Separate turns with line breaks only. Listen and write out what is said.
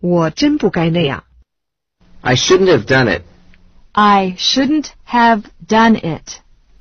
我真不该那样。
I shouldn't have done it.
I shouldn't have done it.